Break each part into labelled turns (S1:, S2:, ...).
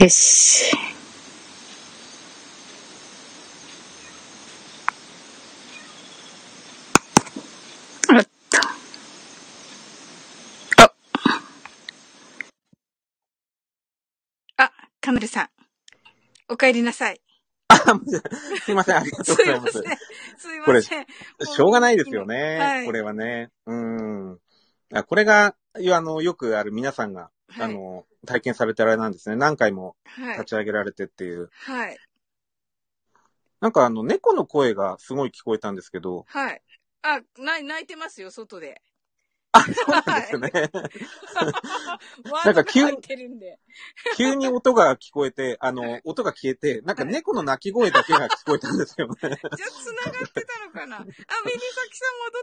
S1: よし。おっと。あ。あ、カヌルさん。お帰りなさい。
S2: すいません、ありがとう
S1: す
S2: ご
S1: い
S2: ざい
S1: ま
S2: ます。
S1: せん。すい
S2: こ
S1: ま
S2: れ
S1: せん。
S2: しょうがないですよね。
S1: はい
S2: これはね。うん。あこれが、いやあの、よくある皆さんが、
S1: は
S2: あ
S1: い。
S2: の、体験されてるあれなんですね。何回も
S1: はい
S2: 立。ち上げられてっていう。
S1: はい。
S2: なんかあの、猫の声がすごい聞こえたんですけど。
S1: はい。あ、ない、泣いてますよ、外で。
S2: あ、そうなんですね。
S1: ワード
S2: なんか
S1: が
S2: 急
S1: 入ってるんで。
S2: 急に音が聞こえて、あ
S1: は
S2: の
S1: い、
S2: 音が消えて、なんか
S1: はい
S2: 猫の鳴き声だけが聞こえたんですよね。
S1: じゃあ、繋がってたのか なあ、ミニサキさん戻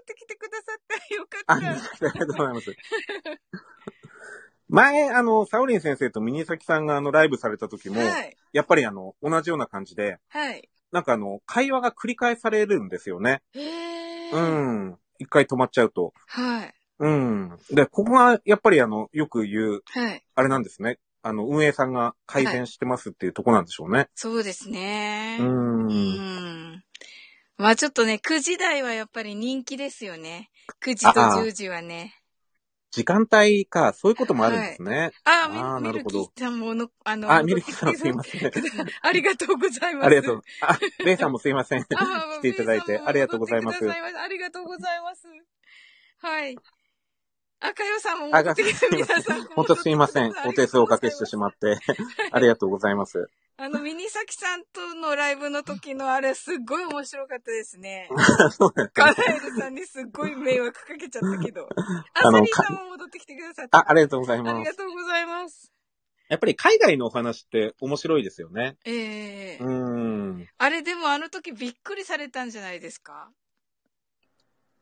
S1: ってきてくださった。よか
S2: あ
S1: っ
S2: り
S1: た。
S2: がとうございます。前、あの、サオリン先生とミニサキさんがあの、ライブされた時も、
S1: はい。
S2: やっぱりあの、同じような感じで、
S1: はい。
S2: なんかあの、会話が繰り返されるんですよね。
S1: へえ。
S2: う
S1: ー。
S2: ん。一回止まっちゃうと。
S1: はい。
S2: うん。で、ここが、やっぱりあの、よく言う、
S1: はい。
S2: あれなんですね。あの、運営さんが改善してますっていうとこなんでしょうね。
S1: そうですね
S2: う。。
S1: うんん。まあちょっとね、9時台はやっぱり人気ですよね。9時と
S2: ああ
S1: 10時はね。
S2: 時間帯か、そういうこともあるんですね。
S1: あ
S2: あ
S1: あ、
S2: あ
S1: ミ
S2: な
S1: ル
S2: る
S1: ミル
S2: ほ
S1: キー
S2: ど
S1: さんもの、あの、
S2: あ、ミ
S1: 戻って
S2: ル
S1: き
S2: キさん
S1: て
S2: すいません。
S1: ありがとうございます。
S2: ありがとう。あ、レイさんもすいません。
S1: あ
S2: 来ていただいてありがとうございます
S1: 皆さんも戻ってくださいましたありがとうございます。はい。赤代さんも戻
S2: あ、が
S1: って
S2: すい
S1: きて、
S2: ま
S1: 皆
S2: せ
S1: さん
S2: ん。
S1: も
S2: 本
S1: 戻
S2: 当
S1: って
S2: すいません
S1: くだ。さい
S2: お手数をおかけしてしまって。ありがとうございます。
S1: あの、ミニサキさんとのライブの時のあれ、すっごい面白かったです ね。
S2: そうです
S1: カナ
S2: ね。
S1: エルさんにすっごい迷惑かけちゃったけど。あ、
S2: あ
S1: サ
S2: の
S1: リーさんも戻ってきてくださった。
S2: あ、ありがとうござい
S1: あり
S2: ま
S1: が
S2: す。
S1: とうございます。
S2: やっぱり海外のお話って面白いですよね。
S1: ええ
S2: うーん。
S1: あれでもあの時びっくりされたんじゃないですか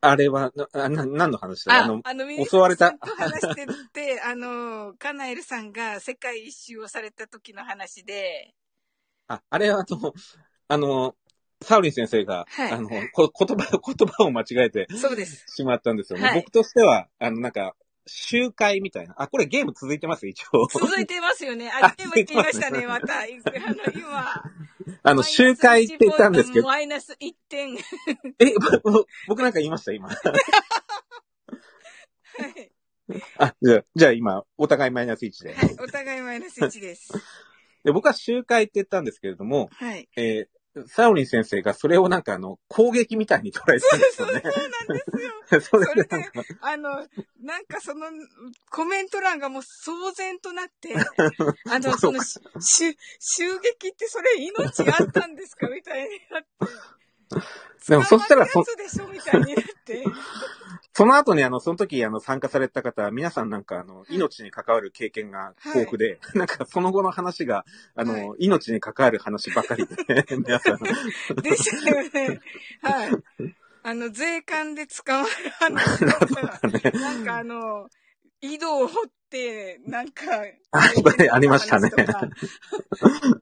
S2: あれは、な、あな何の話だあ
S1: あ
S2: の、、
S1: あの、ミニ
S2: 襲われ
S1: さ
S2: た
S1: んと話してて、 あの、カナエルさんが世界一周をされた時の話 で、
S2: あ、あれはあの、あの、サウリン先生が、
S1: はい
S2: あの、こ 言葉、言葉を間違えて
S1: そうです。
S2: しまったんですよね。
S1: はい
S2: 僕としては、あの、なんか、集会みたいな。あ、これゲーム続いてます一 応。
S1: 続いてますよね。あ、
S2: あ
S1: 今言っていましたね、また。あの、今。
S2: あの、集会って言ったんですけど、
S1: マイナス1点。は い。
S2: え、ぼ 僕なんか言いました今。あ、じゃあ、じゃあ今、お互いマイナス1で。
S1: はい。お互いマイナス1です。
S2: で、僕は集会って言ったんですけれども、
S1: はい。
S2: えーサウリン先生がそれをなんかあの、攻撃みたいに捉えてたんです
S1: そう
S2: よ
S1: そうなん
S2: ね
S1: で。すよ。
S2: それ
S1: それ
S2: で
S1: で
S2: なんか、、
S1: あの、なんかその、コメント欄がもう騒然とな って、あの、その、し襲撃ってそれ命あったんですかみたいになって。
S2: でもそしたらそ
S1: 捕まるやつでしょみたいになって。
S2: その後にあの、その時あの、参加された方、皆さんなんかあの、
S1: い
S2: 命に関わる経験が豊富で、 なんかその後の話が、あの、
S1: は
S2: 命に関わる話ばかりで、 皆さん。
S1: でしたよ ね。はい。あの、税関で捕まる話とか、 なんかあの、井戸を掘って、なんか、
S2: あありましたね
S1: 話とか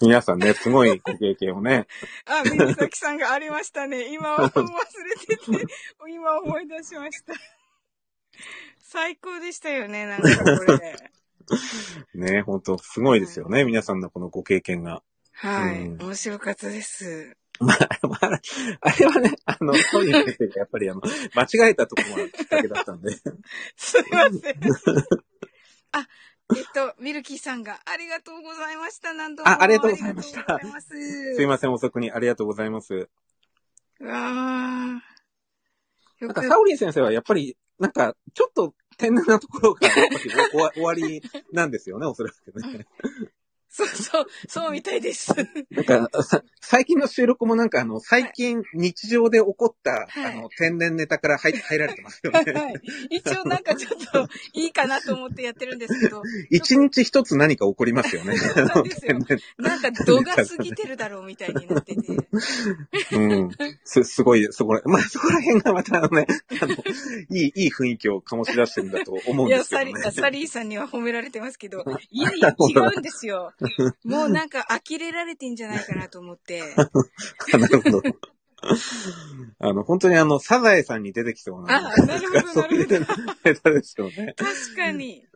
S2: 皆さんね、すごいご経験をね。
S1: あ、水崎さんがありましたね。今は忘れてて、今思い出しました。最高でしたよね、なんかこれ。
S2: ね、本当すごいですよね、皆さんのこのご経験が。
S1: はい。
S2: うん
S1: 面白かったです。
S2: まあ、あれはね、あの、そういう先生がやっ ぱりあの、間違えたところがきっかけだったんで。
S1: すいません。あ、えっと、ミルキーさんが、ありがとうございました。何度も。
S2: あありがとうございました
S1: ありがとうございます。
S2: すいません、遅くにありがとうございます。
S1: うわー。
S2: な
S1: よ
S2: んか、
S1: く
S2: サオリン先生はやっぱり、なんか、ちょっと天然なところが、やっぱりおおわ終わりなんですよね、おそらくね。
S1: そうそう、そうみたい です。
S2: なんか、さ最近の収録もなんか、あの、最近日常で起こった、
S1: はい
S2: あの、天然ネタか ら入入られてますよ
S1: は
S2: ね。
S1: い。一応なんかちょっといいかなと思ってやってるんですけど、
S2: 一日一つ何か起こりますよね。あ
S1: そう
S2: の
S1: ですよ
S2: 天然
S1: なんか度が過ぎてるだろうみたいになってて。
S2: うん。す、すごい、そこら、まあ、そこら辺がまたあのね、あの、いい、いい雰囲気を醸し出してるんだと思うん
S1: い
S2: で
S1: や、
S2: すけ
S1: サ
S2: ど
S1: リ
S2: ね。
S1: サリーさんには褒められてますけ ど、いやいや、違うんですよ。 もうなんか呆れられてんじゃないかなと思って。
S2: なるほど。あの、本当にあの、サザエさんに出てきそうな。
S1: あなるほど
S2: んかそういう
S1: なる
S2: ネタですよね。
S1: 確かに。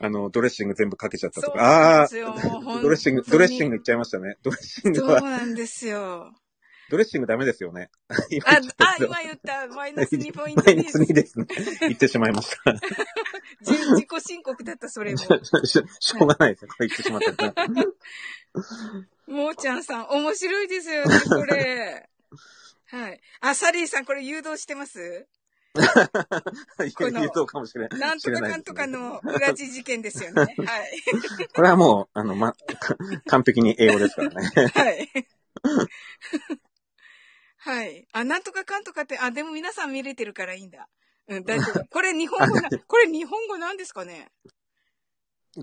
S2: あの、ドレッシング全部かけちゃった
S1: そ
S2: と
S1: う
S2: か。
S1: なん
S2: あ
S1: ですよ。もう
S2: あ
S1: 本当
S2: ー、
S1: に
S2: ドレッシング、ドレッシングいっちゃいましたね。ドレッシング
S1: そう
S2: は、
S1: なんですよ。
S2: ドレッシングダメですよね。
S1: あ、あ、今言った、マイナス2ポイント
S2: マイナス2
S1: で。
S2: ですすね。言ってしまいました。
S1: 自己申告だった、そ れも。
S2: しょしょうがないですね。これ言ってしま ったら。
S1: もーちゃんさん、面白いですよね、これ。はい。あ、サリーさん、これ誘導してますこの
S2: 言うとかもしれない。
S1: なんとかなんとかの裏地事件ですよね。はい。
S2: これはもう、あの、ま、 か完璧に英語ですからね。
S1: はい。はい。あ、なんとかかんとかって、あ、でも皆さん見れてるからいいんだ。うん、大丈夫。これ日本語な、これ日本語なんですかね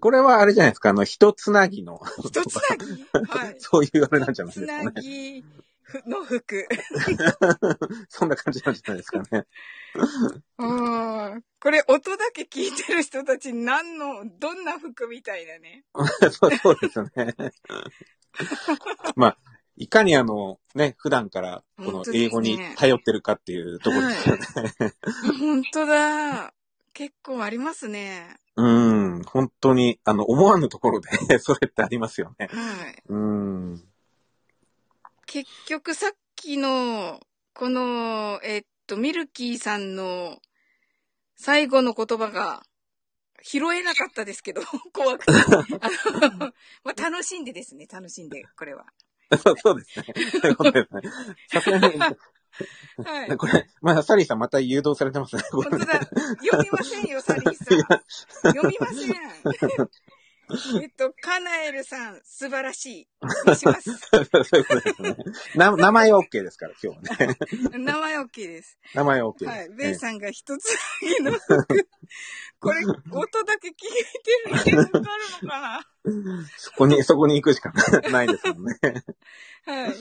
S2: これはあれじゃないですか、あの、人つなぎの、
S1: 一つなぎはい。
S2: そういうあれなんじゃない
S1: つ
S2: ですか
S1: な
S2: ね。
S1: ぎの服。
S2: そんな感じなんじゃないですかね。
S1: ああ、これ音だけ聞いてる人たち何の、どんな服みたいなね。
S2: そうそうですよね。 まあ、いかにあの、ね、普段から、この
S1: 本当ですね
S2: 英語に頼ってるかっていうところですよね。
S1: 本当だ。結構ありますね。
S2: うん、本当に、あの、思わぬところで、 それってありますよね。
S1: はい。
S2: うん。
S1: 結局さっきの、この、えっと、ミルキーさんの最後の言葉が拾えなかったですけど、怖 くて。あの、まあ、楽しんでですね、楽しんで、これは。
S2: そうそうですね。そういうことですね。さすがに、
S1: はい。
S2: これ、まあ、サリーさんまた誘導されてますね。これ
S1: 本当だ。読みませんよ、サリーさん。読みません。えっと、カナエルさん、素晴らしい。にし ます。
S2: そういうことですね。な名前は OK ですから、今日はね。
S1: 名前 OK です。
S2: 名前は OK です。
S1: はい。ベイさんが一つだけの服。これ、音だけ聞いてるだけでわかるのか
S2: そこに、そこに行くしかないですもん ね。
S1: なはい。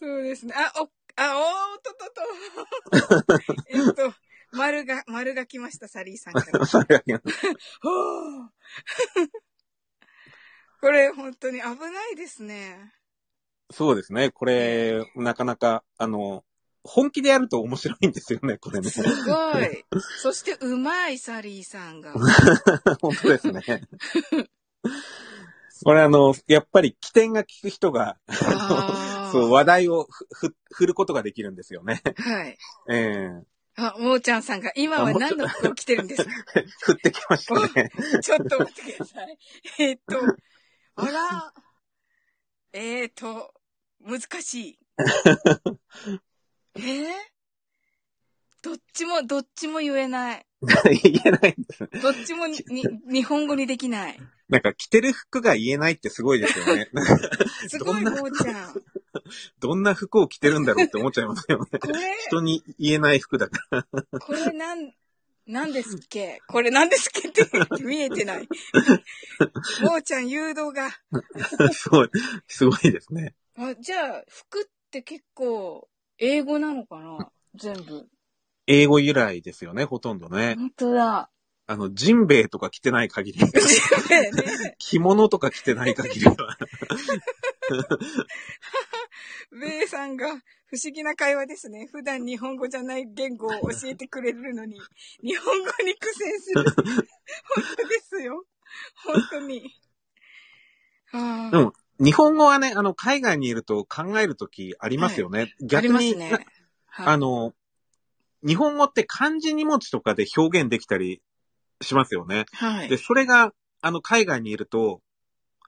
S1: そうですね。あ、お、あ、おーっとっとっと。えっと、丸が、丸が来ました、サリーさんから。
S2: それが
S1: ほう これ、本当に危ないですね。
S2: そうですね。これ、なかなか、あの、本気でやると面白いんですよね、これね。
S1: すごい。そして、うまい、サリーさ んが。
S2: 本当ですね。これあの、やっぱり起点が効く人が、
S1: あー
S2: そう、話題をふ、ふ、振ることができるんですよね。
S1: はい。
S2: ええ
S1: あ、もーちゃんさんが、今は何の服を着てるんですか
S2: 振ってきましたね。
S1: ちょっと待ってください。えーっと、あら、えーっと、難し い。えーどっちも、どっちも言えない。
S2: 言えないんですね。
S1: どっちもに、に日本語にできない。
S2: なんか着てる服が言えないってすごいですよね。
S1: すごい、も
S2: どんな
S1: ーちゃん。
S2: どんな服を着てるんだろうって思っちゃいますよ ね。
S1: これ、
S2: 人に言えない服だから。
S1: これなん、なんですっけこれなんですっけって見えて ない。もーちゃん誘導が。
S2: すごい、すごいですね。
S1: あじゃあ、服って結構、英語なのかな全部。
S2: 英語由来ですよね、ほとんどね。
S1: 本当だ。
S2: あの、ジンベエとか着てない 限り、
S1: ねね
S2: 着物とか着てない限りは。
S1: ベイさんが不思議な会話ですね。普段日本語じゃない言語を教えてくれるのに、日本語に苦戦する。本当ですよ。本当に。あ
S2: でも日本語はね、あの、海外にいると考えるときありますよね。
S1: あ、あ
S2: 逆
S1: り
S2: に
S1: ますね
S2: な。
S1: はい
S2: あの、日本語って漢字2文字とかで表現できたりしますよね。
S1: はい
S2: で、。それが、あの、海外にいると、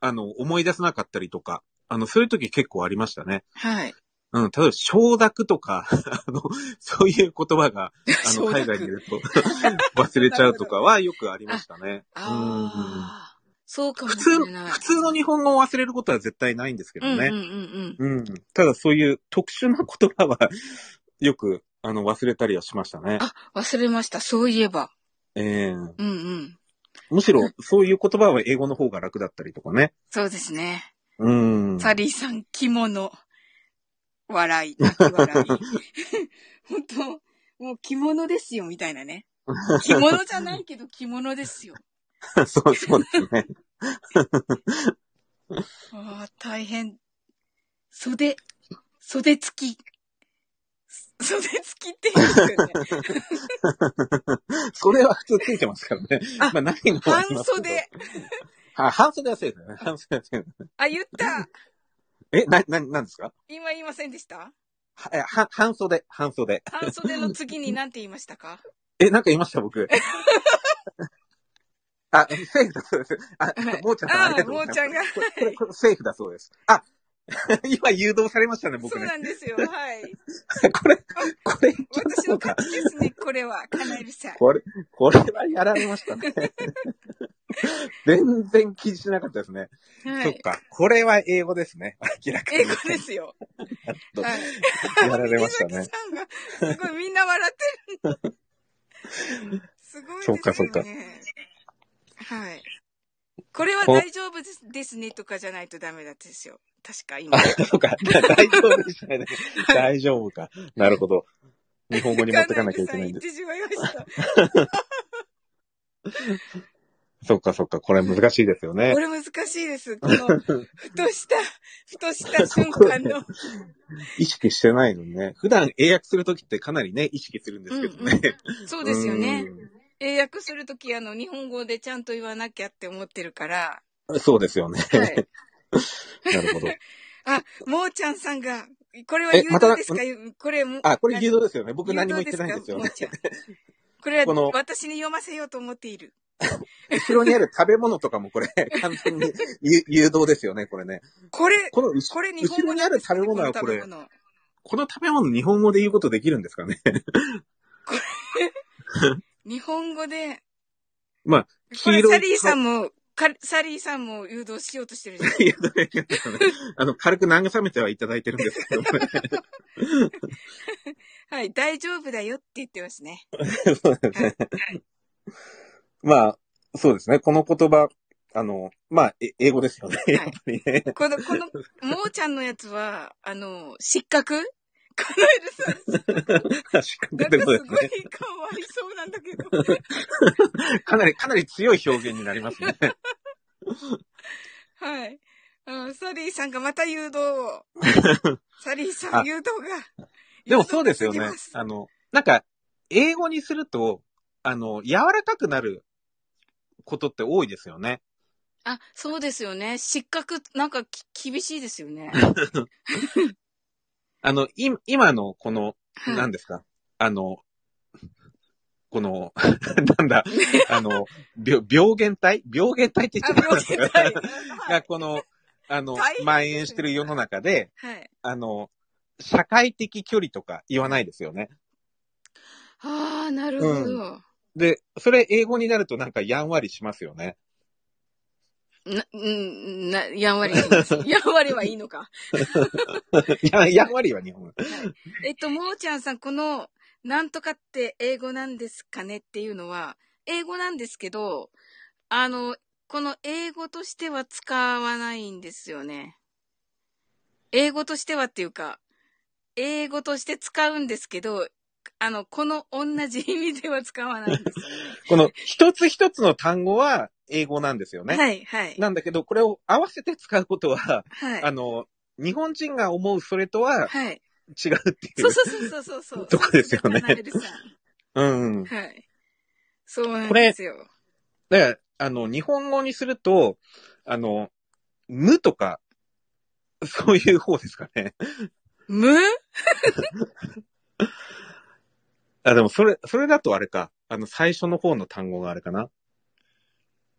S2: あの、思い出せなかったりとか、あの、そういう時結構ありましたね。
S1: はい。
S2: うん、例えば、承諾とか、 あの、そういう言葉が、あの、
S1: 承諾
S2: 海外にいる と忘れちゃうとかはよくありましたね。うん
S1: ああ、そうかも
S2: 普
S1: し
S2: 通
S1: れない。
S2: 普通の日本語を忘れることは絶対ないんですけど
S1: うんうんう
S2: ね。
S1: ん
S2: うん、ただ、そういう特殊な言葉は、よく、あの、忘れたりはしましたね。
S1: あ、忘れました。そういえば。
S2: ええ
S1: うんうん。
S2: むしろ、そういう言葉は英語の方が楽だったりとかね。
S1: そうですね。
S2: うん。
S1: サリーさん、着物。笑い。泣き笑い。 本当もう着物ですよ、みたいな ね。着物じゃないけど着物ですよ。
S2: そう、そうです ね。
S1: ああ、大変。袖、袖付き。袖付きって言うんです よね。
S2: それは普通ついてますからね。
S1: あ
S2: まあ、ないのもあ
S1: 半
S2: りますけど
S1: 袖。
S2: あ、半袖はセーフだね。半袖はセーフだね。
S1: あ、言った。
S2: え、な、な、なんですか
S1: 今言いませんでした
S2: はえ、は、半袖、半袖。
S1: 半袖の次に何て言いました か
S2: え、なんか言いました、僕。 あ、セーフだそうです。あ
S1: はい、
S2: もうちゃんさんあり
S1: あ
S2: が
S1: あ、
S2: とう
S1: も
S2: ござ
S1: う
S2: いま
S1: ち
S2: す。
S1: ゃんが。
S2: これ、これ、これセーフだそうです。あ、 今誘導されましたね、
S1: そ
S2: 僕
S1: う
S2: ね。
S1: なんですよ。はい。
S2: これ、これ、
S1: 私の勝ちですね、これは。かなえるさん。
S2: これ、これはやられましたね。 全然気にしなかったですね。
S1: は
S2: そっ
S1: い。
S2: か。これは英語ですね。明らかに
S1: 英語ですよ。
S2: と
S1: はい。
S2: やられましたね
S1: 水。木さんが、すごい、みんな笑ってる。すごいですよ、ね。
S2: そうかそうか
S1: はい。これは大丈夫ですですねとかじゃないとダメだったですよ。確か今。
S2: そうか。大丈夫でしたね。大丈夫か。なるほど。日本語に持ってかなきゃいけないん
S1: カナ
S2: で。
S1: エルさん言ってしまいました。
S2: そうか、そうか。これ難しいですよね
S1: こ。れ難しいです。この、ふとした、ふとした瞬間の。
S2: 意識してないのね。普段英訳するときってかなりね、意識するんですけどね。
S1: そうですよね。
S2: うん。
S1: 英訳するとき、あの、日本語でちゃんと言わなきゃって思ってるから。
S2: そうですよね。
S1: はい。
S2: なるほど。
S1: あ、もうちゃんさんが、これは誘
S2: えまた
S1: 導ですか、これも、
S2: あ、これ
S1: 誘
S2: 誘導ですよね。僕何
S1: 導
S2: も言ってないんですよ
S1: もう
S2: ね。
S1: ちゃん。これ
S2: こ
S1: は
S2: の
S1: 私に読ませようと思っている。
S2: 後ろにある食べ物とかも これ、完全にゆ誘導ですよね、これね。
S1: これ、
S2: この後
S1: これ日
S2: 後
S1: 本
S2: ろ
S1: 語
S2: に
S1: な
S2: あ
S1: ん
S2: る
S1: ですか
S2: 食べ物は
S1: の
S2: これ
S1: 食、べ物
S2: この食べ物日本語で言うことできるんですかね。
S1: 日本語で、
S2: まあ、
S1: こ
S2: 黄
S1: れ
S2: 色
S1: サ
S2: い
S1: リーさんも、かサリーさんも誘導しようとしてるじゃん。
S2: いやどういうことかねあの、軽く慰めてはいただいてるんですけどもね、
S1: はい、大丈夫だよって言ってますね。
S2: そうですね。まあ、そうですね。この言葉、あの、まあ、え英語ですよね。
S1: い
S2: やっぱりね。
S1: この、こ の、もうちゃんのやつは、あの、失格カナエルさん、
S2: 失格
S1: なん
S2: って
S1: かす
S2: こ
S1: ごい
S2: とですね。
S1: かわいそうなんだけど。
S2: かなり、かなり強い表現になりますね。
S1: はい。うんサリーさんがまた誘導 を。サリーさ
S2: あ
S1: ん誘導が。
S2: でもそうですよ
S1: 誘
S2: ね
S1: 導が過ぎ。ま
S2: あの、なんか、英語にすると、あの、柔らかくなることって多いですよね。
S1: あ、そうですよね。失格、なんかき厳しいですよ ね。
S2: あの、い、今のこの、
S1: はい
S2: 何ですか、あの、この、 なんだ、あの、病、病原体病原体って言
S1: あ、
S2: ってま
S1: 病
S2: す
S1: 気
S2: か
S1: だい。
S2: が、この、あの、
S1: 大変ですね
S2: 蔓延してる世の中で、
S1: はい。
S2: あの、社会的距離とか言わないですよね。
S1: ああ、なるほど。
S2: で、それ英語になるとなんかやんわりしますよね。
S1: な、うん、な、やんわりし ます。やんわりはいいのか。
S2: ややんわ りは日本。
S1: えっと、もーちゃんさん、この、なんとかって英語なんですかねっていうのは、英語なんですけど、あの、この英語としては使わないんですよね。英語としてはっていうか、英語として使うんですけど、あの、この同じ意味では使わないんです。
S2: この一つ一つの単語は英語なんですよね。
S1: はい、はい。
S2: なんだけど、これを合わせて使うことは、
S1: は
S2: あ
S1: い。
S2: の、日本人が思うそれとは
S1: はい。
S2: 違うってい
S1: そう
S2: う。
S1: そうそうそうそう。
S2: とこですよ
S1: さすが
S2: ね
S1: カナエルさ
S2: うん。
S1: んはい。そうなんですよ。
S2: だから、あの、日本語にすると、あの、無とか、そういう方ですかね。
S1: む
S2: あ、でもそれ、それだとあれか。あの、最初の方の単語があれかな。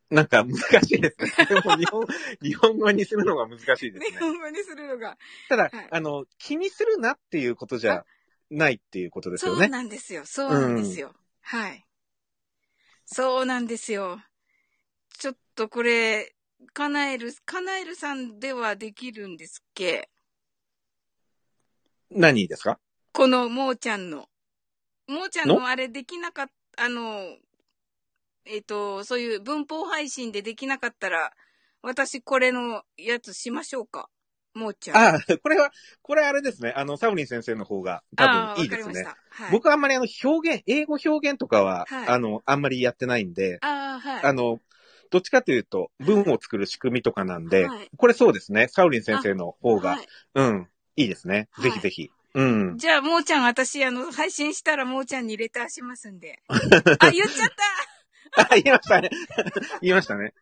S2: なんか難しいですね。でも日本、日本語にするのが難しいです
S1: 日
S2: ね。
S1: 本語にするのが。
S2: ただ
S1: はい、
S2: あの、気にするなっていうことじゃないっていうことです
S1: そ
S2: よ
S1: う
S2: ね。
S1: なんですよ。そうなんですよ。はい。そうなんですよ。ちょっとこれ、カナエル、カナエルさんではできるんですっけ
S2: 何ですか
S1: このもーちゃんの。もーちゃんの
S2: の
S1: あれできなかった、あの、えっ、と、そういう文法配信でできなかったら、私これのやつしましょうか。もーちゃん。
S2: ああ、これは、これあれですね。あの、サブリン先生の方が多
S1: あー、
S2: 分いい
S1: わか
S2: で
S1: り
S2: す
S1: まし
S2: ね。
S1: た。はい。
S2: 僕はあんまりあの、表現、英語表現とかは、
S1: はい
S2: あの、あんまりやってないんで、
S1: ああ、はい。
S2: あの、どっちかというと、文を作る仕組みとかなんで、
S1: はい
S2: これそうですね。サウリン先生の方が、
S1: はい。
S2: うん、いいですね。
S1: はい
S2: ぜひぜひ。うん。
S1: じゃあ、もうちゃん、私、あの、配信したらもうちゃんにレターしますんで。 あ、言っちゃっ
S2: あ、言いましたね。 言いましたね。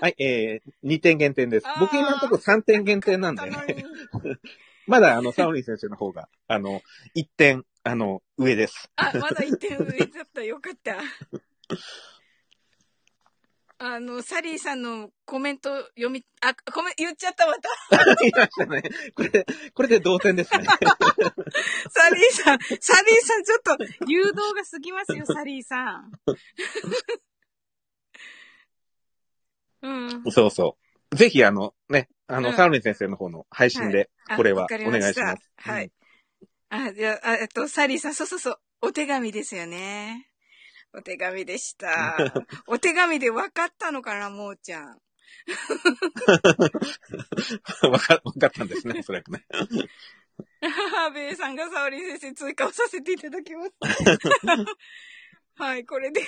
S2: はい、えー、2点減点です
S1: あー。
S2: 僕今のところ3点減点な
S1: た
S2: んだよ
S1: なの
S2: ね。
S1: に。
S2: まだ、あの、サオリン先生の方が、あの、1点、あの、上です。
S1: あ、まだ1点上だった。よかった。あの、サリーさんのコメント読み、あ、コメン、言っちゃった、また。
S2: 言いましたね。 これで、これで同点ですね。
S1: サリーさん、サリーさん、ちょっと、誘導が過ぎますよ、サリーさ ん。うん。
S2: そうそう。ぜひ、あの、ね、あ
S1: う
S2: の、
S1: ん
S2: サウリン先生の方の配信で、
S1: あ
S2: これは
S1: わかりま
S2: お願い
S1: し
S2: したます
S1: はい。あ、じゃあ、あえっと、サリーさん、そうそうそう、お手紙ですよね。お手紙で した。お手紙で分かったのかな、もうちゃん。
S2: わ、か、わかったんです ね、おそらくね。
S1: ベイさんがサオリン先生に追加をさせていただき ます。はい、これで、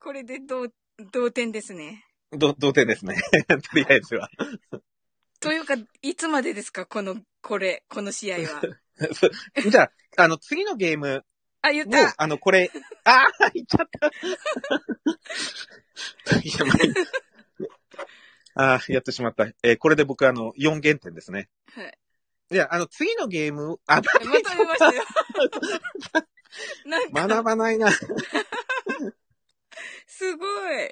S1: これで同、同点ですね。
S2: ど、同点です ね。とりあえずは。
S1: というか、いつまでですかこの、これ、この試合 は。
S2: そうじゃあ、あの、次のゲーム
S1: あ、言っ
S2: も
S1: た、
S2: あの、こ れ、ああ、言っちゃった。 いやまああー、やってしまった。えーこれで僕、あの、4減点ですね。
S1: はい。
S2: いや、あの、次のゲームを、あ、
S1: また見ま したよ。なんか、
S2: 学ばないな。
S1: すごい。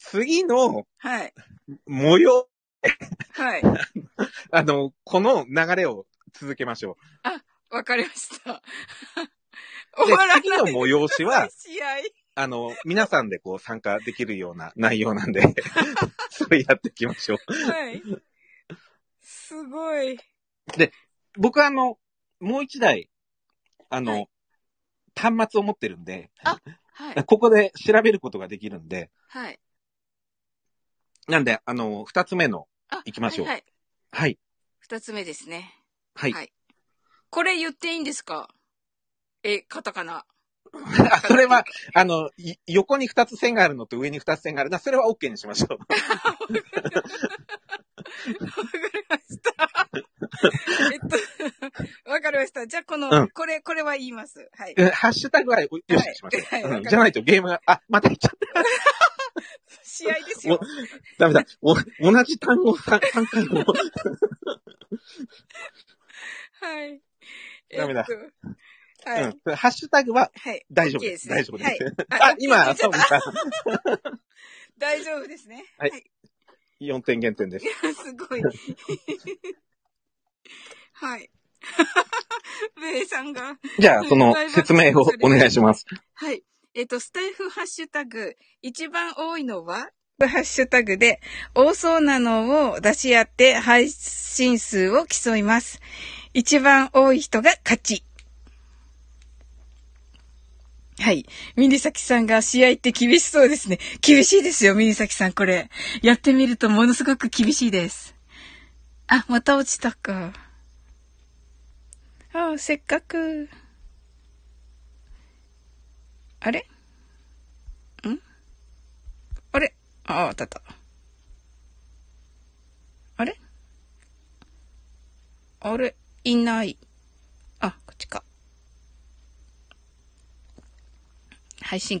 S2: 次の
S1: はい。
S2: 模様、
S1: はい。
S2: あの、この流れを続けましょ
S1: わかりました。
S2: う。
S1: 終
S2: で
S1: わら、
S2: 次
S1: な
S2: の
S1: い。
S2: 催しは、
S1: 試合。
S2: あの、皆さんでこう参加できるような内容なんで、 それやっていきましょう。
S1: はい。すごい。
S2: 僕はあの、もう一台、あの、
S1: は
S2: 端末を持ってるんで、
S1: はい。
S2: ここで調べることができるんで、
S1: はい。
S2: なんで、あの、二つ目の、
S1: あ、
S2: 行きましょう
S1: はい、はい。
S2: はい、
S1: 二つ目ですね。
S2: はい。
S1: はいこれ言っていいんですかえ、カタカナ。
S2: あ それは、あの、い横に二つ線があるのと上に二つ線があるな、それは OK にしましょ
S1: わ
S2: う。
S1: かりました。えっと、 わかりました。じゃあ、この、
S2: うん
S1: これ、これは言います。はい。
S2: うんハッシュタグはよしとしましょ。
S1: はいうはい
S2: うんじゃないとゲームが、あ、また行っちゃった。
S1: 試合ですよ。
S2: ダメだ。お同じ単語3回も。
S1: はい。
S2: ダメだ
S1: えっと。はい。
S2: うんハッシュタグは
S1: はい。
S2: 大丈夫です。
S1: OK
S2: 大丈夫です。
S1: はい
S2: あ、今、
S1: OK
S2: そうか。
S1: 大丈夫ですね。
S2: はい4点減 点です。
S1: すごい。はい。 ベイさんが。
S2: じゃあ、その説明をお願いします。
S1: はい。えっ、と、スタイフハッシュタグ、一番多いのはハッシュタグで、多そうなのを出し合って配信数を競います。一番多い人が勝ち。はい。ミニサキさんが試合って厳しそうですね。厳しいですよ、ミニサキさん、これ。やってみるとものすごく厳しいです。あ、また落ちたか。あ、せっかく。あれんあれああ、当たった。あれあれいない。あ、こっちか。配信か。